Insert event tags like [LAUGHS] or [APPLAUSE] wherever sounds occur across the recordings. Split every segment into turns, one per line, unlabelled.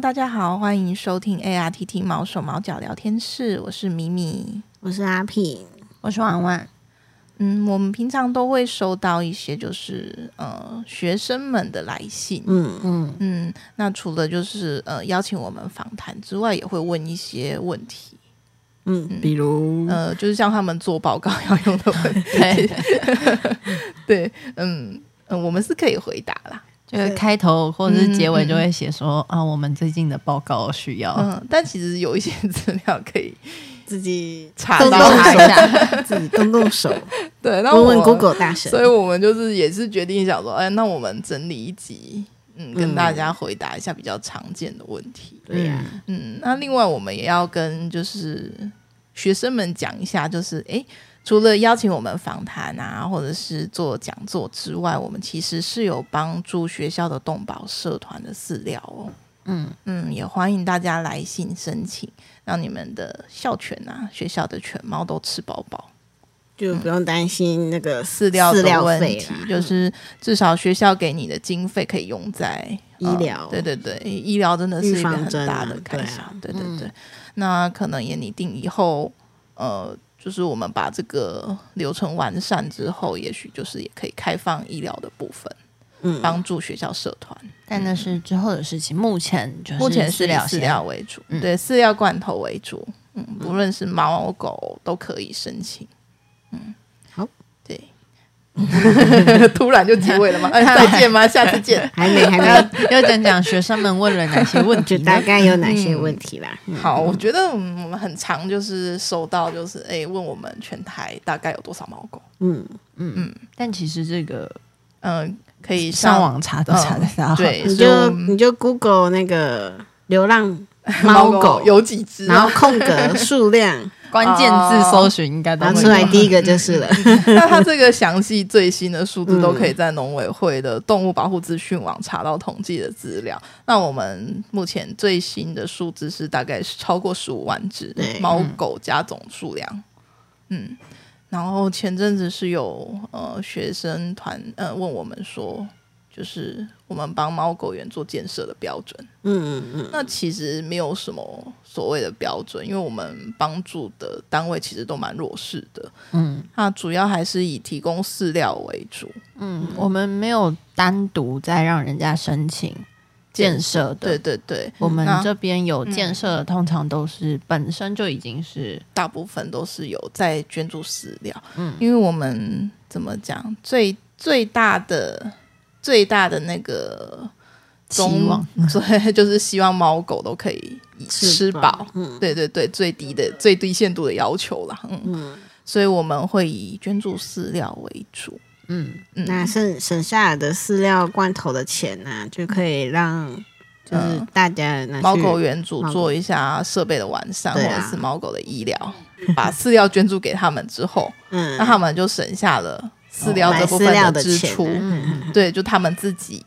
大家好，欢迎收听 ARTT 毛手毛脚聊天室，我是米米。
我是阿平，
我是婉婉，
嗯，我们平常都会收到一些就是呃学生们的来信，
嗯，
嗯，
嗯，那除了就是呃邀请我们访谈之外，也会问一些问题，
嗯，
比如
呃，就是像他们做报告要用的问
[LAUGHS]
题，
对，
对，嗯嗯，我们是可以回答啦，
就是开头或者是结尾就会写说、啊，我们最近的报告需要，
哦
嗯，但其实有一些资料可以
自己
查
动
到
动
它，
手， [LAUGHS] 自己动动手，
对，那
问
我
问 Google 大神，
所以我们就是也是决定想说，哎，那我们整理一集，嗯，跟
嗯
大家回答一下比较常见的问题。
对呀、
嗯，那另外我们也要跟就是学生们讲一下，就是哎，除了邀请我们访谈啊，或者是做讲座之外，我们其实是有帮助学校的动保社团的饲料哦。
嗯
嗯，也欢迎大家来信申请，让你们的校犬啊、学校的犬猫都吃饱饱。
就不用担心那个
饲料
饲
的
料
问
费
题
啦，
就是至少学校给你的经费可以用在
医疗
哦对对对，医疗真的是一个很大的开
预防
销
针啊，
对对对。那可能也拟定以后，呃，就是我们把这个流程完善之后，也许就是也可以开放医疗的部分，
嗯，
帮助学校社团。
但那是之后的事情，目前就是
目前是
饲料
饲
先
料，为主，
嗯
对，饲料罐头为主。嗯，不论是猫狗都可以申请。嗯，
好，
对。 [LAUGHS] 突然就结尾了吗？哎，再见吗？下次见。
还没还
要
没，
[LAUGHS] 要讲讲学生们问了哪些问题
就
呢， [LAUGHS]
大概有哪些问题啦？嗯
好，我觉得嗯我们很常就是收到，就是哎、问我们全台大概有多少猫狗？
嗯，
但其实这个
嗯，可以
上网啊查都
嗯
查得到，，
对，
你
所以
就
我们
你就 Google 那个流
[LAUGHS]
浪
猫
猫
狗
狗，
有几只
[LAUGHS] 然
啊？
后空格
[LAUGHS]
数量，
关键字搜寻应该都
拿
会
出来
哦
有
第一个就是了。
[LAUGHS] 那它这个详细最新的数字都可以在农委会的动物保护资讯网查到统计的资料。那我们目前最新的数字是大概是超过十五万只
对
猫狗加总数量，嗯。然后前阵子是有呃学生团呃问我们说，就是我们帮猫狗园做建设的标准，
嗯嗯嗯，
那其实没有什么所谓的标准，因为我们帮助的单位其实都蛮弱势的，
嗯
那主要还是以提供饲料为主。
嗯，我们没有单独再让人家申请建设的
对，对对，
我们
那
这边有建设的，通常都是本身就已经是
大部分都是有在捐助饲料，
嗯
因为我们怎么讲，最最大的最大的那个
期望，
[LAUGHS] 所以就是希望猫狗都可以吃饱。，
嗯
对对对，最低的最低限度的要求啦，嗯，
嗯，
所以我们会以捐助饲料为主，
嗯
嗯，
那剩省下来的饲料罐头的钱呢、就可以让就是
嗯
大家拿去
猫狗园主
猫狗
做一下设备的完善，
对
或
啊
者是猫狗的医疗，把饲料捐助给他们之后， [LAUGHS]
嗯，哦
那他们就省下了饲料
买
这部
饲料
分
的
支
钱
出，
啊
嗯，
对，就他们自己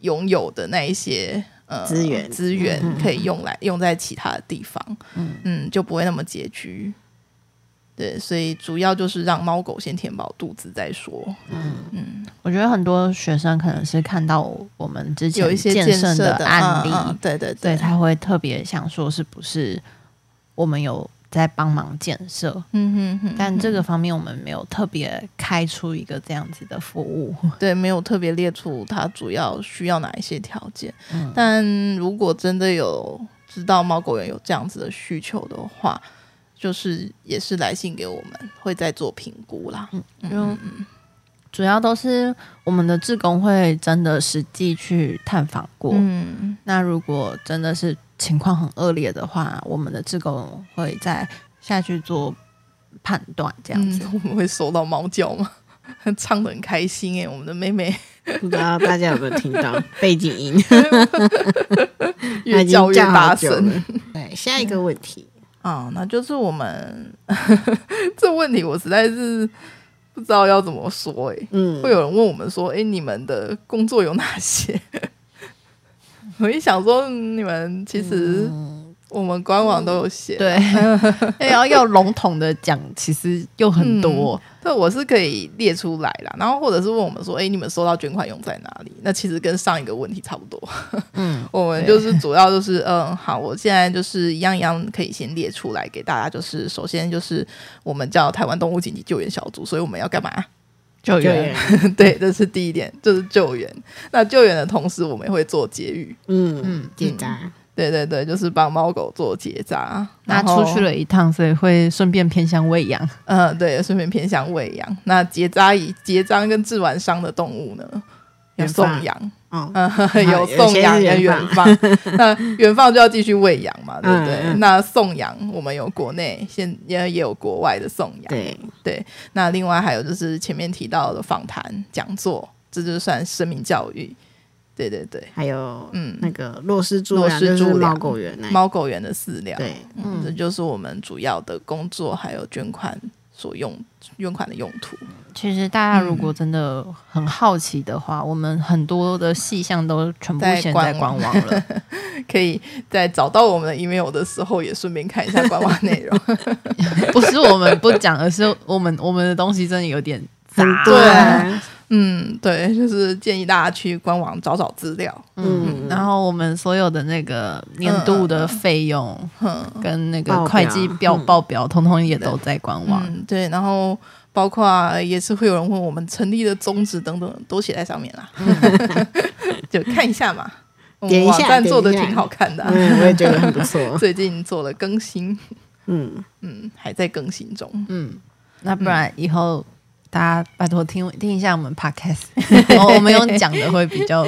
拥有的那一些呃
资源嗯
资源可以用来用在其他的地方，嗯
嗯
就不会那么拮据。对，所以主要就是让猫狗先填饱肚子再说。
我觉得很多学生可能是看到我们之前
有一些
建
建设
设
的
案例，
嗯嗯对对
啊
对，他会特别想说是不是我们有在帮忙建设，
嗯哼哼，
但这个方面我们没有特别开出一个这样子的服务。
对，没有特别列出它主要需要哪一些条件。
嗯
但如果真的有知道猫狗园有这样子的需求的话，就是也是来信给我们，会再做评估啦。
嗯
嗯
就主要都是我们的志工会真的实际去探访过，
嗯，
那如果真的是情况很恶劣的话，我们的志工会再下去做判断，这
这
嗯
样子。
[LAUGHS] 我们会收到猫叫吗？ [LAUGHS] 唱的很开心哎、我们的妹妹
不知道大家有没有听
[LAUGHS]
到背景音，它
越
[LAUGHS] 已经
越
叫好
大
久了
声。。
[LAUGHS]
嗯
对，下一个问题，
啊、那就是我们 [LAUGHS] 这问题，我实在是不知道要怎么说哎、
嗯
会，有人问我们说：“哎、你们的工 [LAUGHS] 作有哪些？”我一想说，嗯你们其实我们官网都有写。
[LAUGHS] 对，然后要笼统的讲，其实又很多。
对，我是可以列出来啦。然后或者是问我们说，哎，你们收到捐款用在哪里？那其实跟上一个问题差不多。
嗯，
[LAUGHS] 我们就是主要就是，嗯，好，我现在就是一样一样可以先列出来给大家。就是首先就是我们叫台湾动物紧急救援小组，所以我们要干嘛？ [LAUGHS]
救
救援
援，，
对，这是第一点，就是救援。那救援的同时，我们也会做节育。
嗯
嗯
嗯，结扎，
对对对，就是帮猫狗做结扎。
那
然后
出去了一趟，所以会顺便偏向喂养。
嗯，对，顺便偏向喂养。那结扎以结扎跟治完伤的动物呢，要
远
送
放
养，
[LAUGHS] 哦，
嗯， [LAUGHS] 有
有
送
些
养跟
是远
远放。 [LAUGHS] 那远放就要继续喂养嘛，对不对？
嗯嗯
那送养我们有国内，现也也有国外的送养。
对，
那另外还有就是前面提到的访谈、讲座，这就算生命教育。对对对，
还有
嗯
那个洛氏
洛
猪粮
氏
就是
猪粮
猫狗园那一
猫狗园的饲料，
对，
嗯，这就是我们主要的工作，还有捐款所用捐款的用途。
其实大家如果真的很好奇的话，我们很多的细项都全部
在
写
官
在
网
官网了。 [LAUGHS]
可以在找到我们的 email 的时候，也顺便看一下官网内
[LAUGHS]
容。
不是我们不讲，而是我们我们的东西真的有点
很
杂。
多啊，
嗯，对，就是建议大家去官网找找资料。 [LAUGHS]
嗯，
然后我们所有的那个年度的费用
哼，
跟那个
报表
会计表
嗯
报表，通通也都在官网。
嗯，对，然后包括也是会有人问我们成立的宗旨等等，都写在上
[LAUGHS]
面啦，就看一下嘛。我们
点一
网
下
站做的
点一下
挺好看的啊、，
嗯，我也觉得很不
[LAUGHS]
错
最近做了更新，
嗯，
嗯，还在更新中。
嗯，那不然以后大家拜托听听一下我
[LAUGHS]
们 podcast，我我们用讲的会比较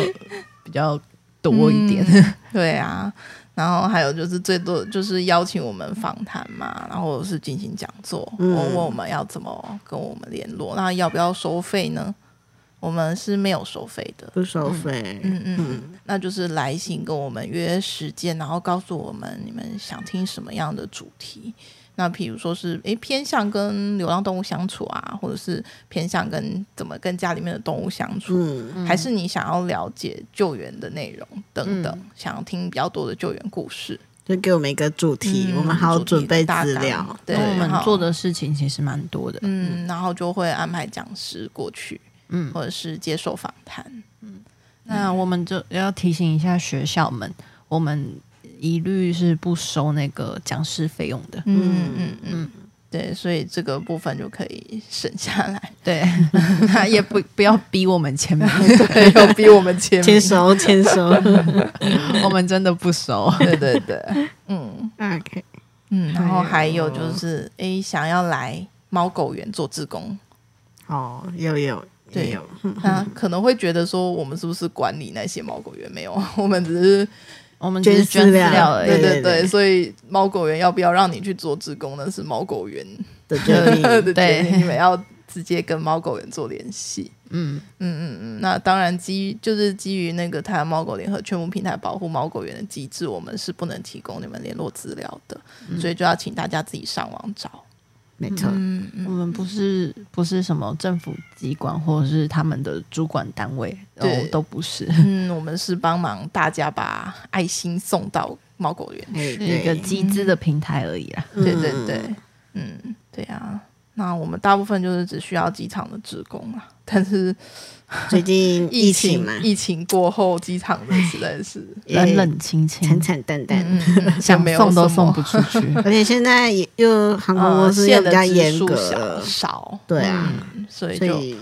比较多一点。
对啊，然后还有就是最多就是邀请我们访谈嘛，然后是进行讲座，我
嗯
问我们要怎么跟我们联络，那要不要收费呢？我们是没有收费的，
不收费，
嗯嗯嗯，那就是来信跟我们约时间，然后告诉我们你们想听什么样的主题。那譬如说是诶偏向跟流浪动物相处啊，或者是偏向跟怎么跟家里面的动物相处，
嗯，
还是你想要了解救援的内容等等，
嗯
想要听比较多的救援故事，
就给我们一个主题，
嗯
我们好好
主题
准备
大
资
纲
料，
[LAUGHS]
对，
那我
然
们
后
做的事情其实蛮多的。
嗯，然后就会安排讲师过去，
嗯
或者是接受访谈，
那我们就要提醒一下学校们，我们一律是不收那个讲师费用的。
嗯嗯嗯，对，所以这个部分就可以省下来，
对， [LAUGHS] 他也不不要逼我们签名，
[LAUGHS] 对， [LAUGHS] 有比我们前 [LAUGHS]
签收签收
我们真的不收。
对对对， [LAUGHS] 嗯
，OK，
嗯，然后还
还
有
有
就是，诶，想要来猫狗园做志工，
哦，有有
对
也有，
那可能会觉得说，我们是不是管理那些猫狗园？没有， [LAUGHS] 我们只是
我们只是
捐
捐
饲
饲
料
料而
对
已。
对
对
对，
对
所以猫狗园要不要让你去做志工呢？是猫狗园
的
[LAUGHS]
决
的
定，
决定，你们要直接跟猫狗园做联系。
嗯，
嗯嗯嗯，那当然基于就是基于那个台湾猫狗联合全部平台保护猫狗园的机制，我们是不能提供你们联络资料的，
嗯
所以就要请大家自己上网找。
没错，
嗯嗯
我们不是不是什么政府机关或者是他们的主管单位，哦
对，
都不是，
嗯，我们是帮忙大家把爱心送到猫狗园去。
哎
是一个
对
集资的平台而已啊啦。
对对对，嗯，对啊。那我们大部分就是只需要机场的职工啊，但是
最近
疫
疫
情
情嘛，
疫情过后，机场的实在是
也
冷冷清清
惨，惨淡淡，
嗯嗯嗯
想
没有
送都
什么嗯
送不出
[LAUGHS]
去。
而且现在也又航空
呃
公司
限
又比
的
较
指
严
数
格
小
了，
少，
对啊，
嗯，所以
所
就
以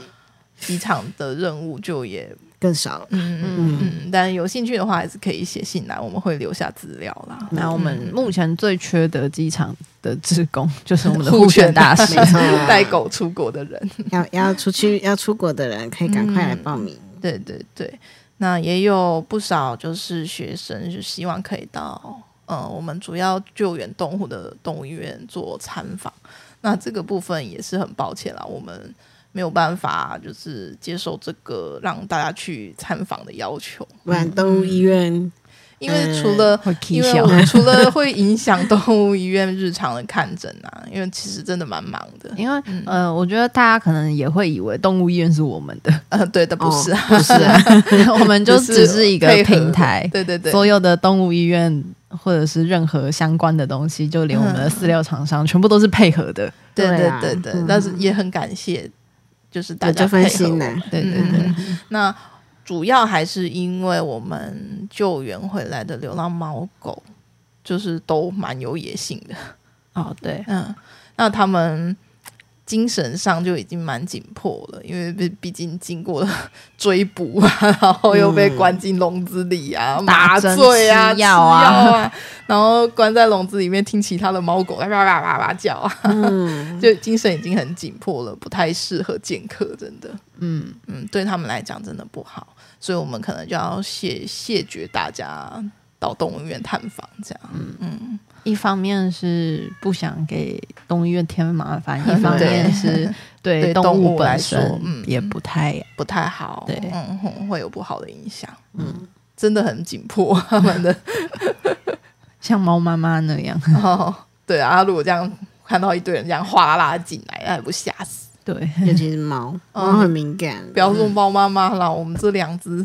机场的任务就也
更少了。
嗯嗯嗯，但有兴趣的话还是可以写信来，我们会留下资料啦。
那我们
嗯
目前最缺的机场的职工，就是我们的
护
护
犬
犬
大
大
使
使。
没错
[LAUGHS] 带狗出国的人，
要要
[LAUGHS]
出去要出国的人，可以赶快来
嗯
报名。
对对对，那也有不少就是学生就希望可以到呃我们主要救援动物的动物医院做参访，那这个部分也是很抱歉啦，我们没有办法就是接受这个让大家去参访的要求，
不然动物医院，
嗯因为除了、
会气
因为
笑，
[LAUGHS] 我除了会影响动物医院日常的看诊啊，因为其实真的蛮忙的。
因为呃，我觉得大家可能也会以为动物医院是我们的， [LAUGHS]
呃，对的，不是啊，
哦不是啊
哦我们就只是一个
配合的
平台，
对对对，
所有的动物医院或者是任何相关的东西，就连我们
嗯
的饲料厂商全部都是配合的。
对
对啊
对对，
嗯
但是也很感谢，就是 [LAUGHS] 大
有
家
这
配
份
合我
心
们。
呢。
对对对，
嗯那主要还是因为我们救援回来的流浪猫狗，就是都蛮有野性的。
哦对，
嗯，那他们精神上就已经蛮紧迫了，因为毕毕竟经过了 [LAUGHS] 追捕啊，然后又被关进笼子里啊，麻
嗯打针
醉啊，
吃药啊
吃
[LAUGHS]
啊然后关在笼子里面听其他的猫狗叭叭叭叭叭叫啊，[LAUGHS]
嗯，
就精神已经很紧迫了，不太适合见客，真的，
嗯，
嗯，对他们来讲真的不好，所以我们可能就要谢谢绝大家到动物园探访这样，
一方面是不想给动物园添麻 [LAUGHS] 烦，
对
一方面是
对
对
动物
物
来
本
说
身
嗯
也不太
不太好，
对
嗯，会会有不好的影响，嗯，真的很紧迫他们的， [LAUGHS]
像猫妈妈那样。
哦，对啊，如果这样看到一堆人这样哗啦啦地进来，那也哎不吓死？
[LAUGHS] 对，
啊尤其是猫，猫很敏感，
嗯不要说猫妈妈啦，我们这两只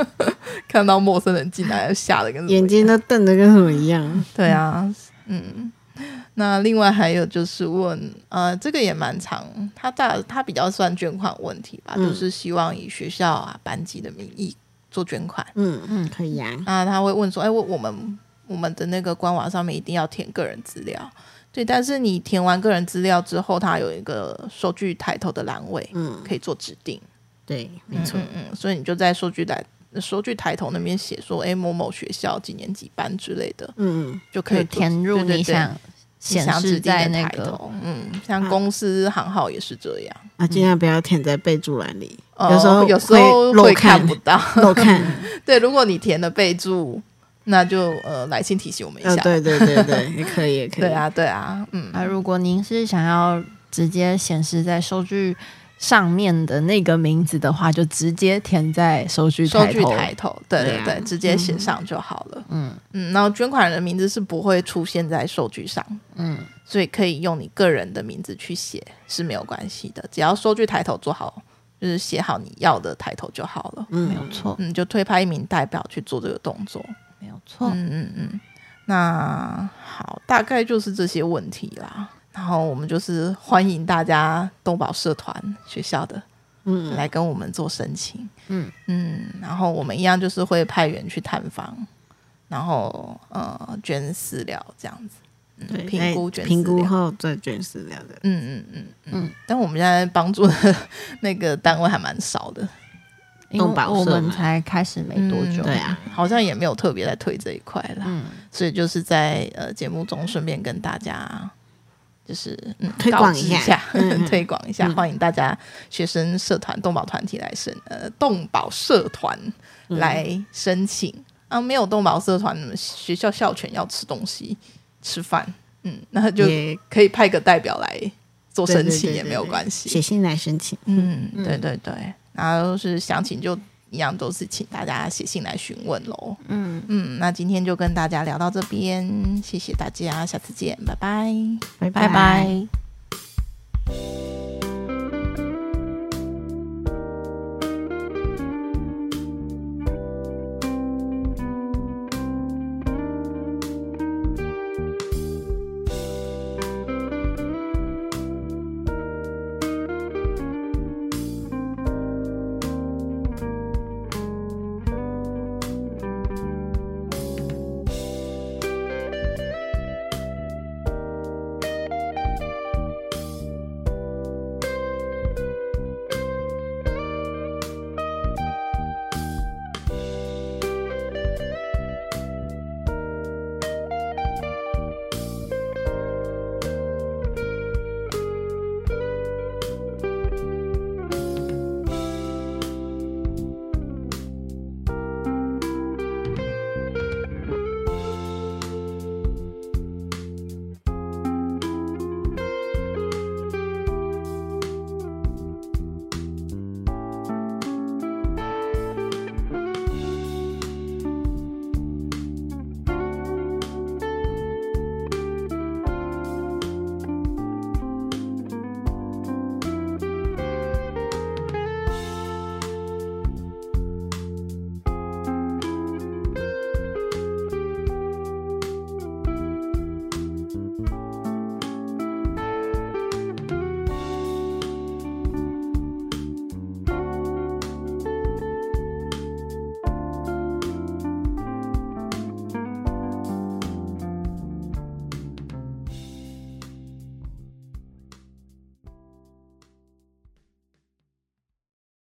[LAUGHS] 看到陌生人进来，吓得跟什么
眼睛都瞪得跟什么一样。
对啊，嗯。那另外还有就是问，呃，这个也蛮长，他大他比较算捐款问题吧，
嗯
就是希望以学校啊班级的名义做捐款。
嗯嗯，可以啊。
那他会问说：“哎，我我们我们的那个官网上面一定要填个人资料，对，但是你填完个人资料之后，它有一个收据抬头的栏位，
嗯，
可以做指定，
对，没错。
嗯嗯，所以你就在收据来收据抬头那边写说，哎，某某学校几年几班之类的，
嗯，
就可以
可以填入
对对
你
对
想
你
显
想指
示
定
在
的
那
抬
个
头，嗯，像公司行号也是这样，
啊，尽量不要填在备注栏里，
呃
有时候
有时候
会漏
会看
看
不到， [LAUGHS]
漏看。
对，如果你填了备注，那就呃来信提醒我们一
呃，
下，
对对对对，也可以，也可以。
对，啊对啊，嗯。”
啊，如果您是想要直接显示在收据上面的那个名字的话，就直接填在收据
收
抬
据
头。
抬头，对对
对啊
对，直接写上就好了。
嗯
嗯，然后捐款人的名字是不会出现在收据上，
嗯，
所以可以用你个人的名字去写是没有关系的，只要收据抬头做好，就是写好你要的抬头就好了。
没有
嗯，
错，
嗯，就推派一名代表去做这个动作。
没有错。
嗯嗯嗯，那好，大概就是这些问题啦。然后我们就是欢迎大家东宝社团学校的，
嗯，
来跟我们做申请，
嗯
嗯，然后我们一样就是会派员去探访，然后呃捐饲料这样子，嗯
对，
评
来
估卷
评
饲
估
料
后再卷饲料的。
嗯嗯嗯嗯
嗯。
但我们现在帮助的 [LAUGHS] 那个单位还蛮少的，
因为
动保
我
社
们
嘛
才开始没哎多
嗯
久，
对啊，
好像也没有特别在推这一块啦，
嗯
所以就是在呃节目中顺便跟大家。就是嗯，
推
告
广
知
一
一
下
下，
[LAUGHS] 嗯嗯
推广一下，
嗯
欢迎大家学生社团动保团体来申，呃，动保社团
嗯
来申请、啊，没有动保社团，学校校犬要吃东西、吃饭，嗯，那就
也
可以派个代表来做
对
申
对
请
对
也
对
没有
对
关
写
系。
信来申请。
嗯，对对对，然后是详情就一样都是请大家写信来询问喽。
嗯，
嗯，那今天就跟大家聊到这边，谢谢大家，下次见，拜拜。
拜
拜拜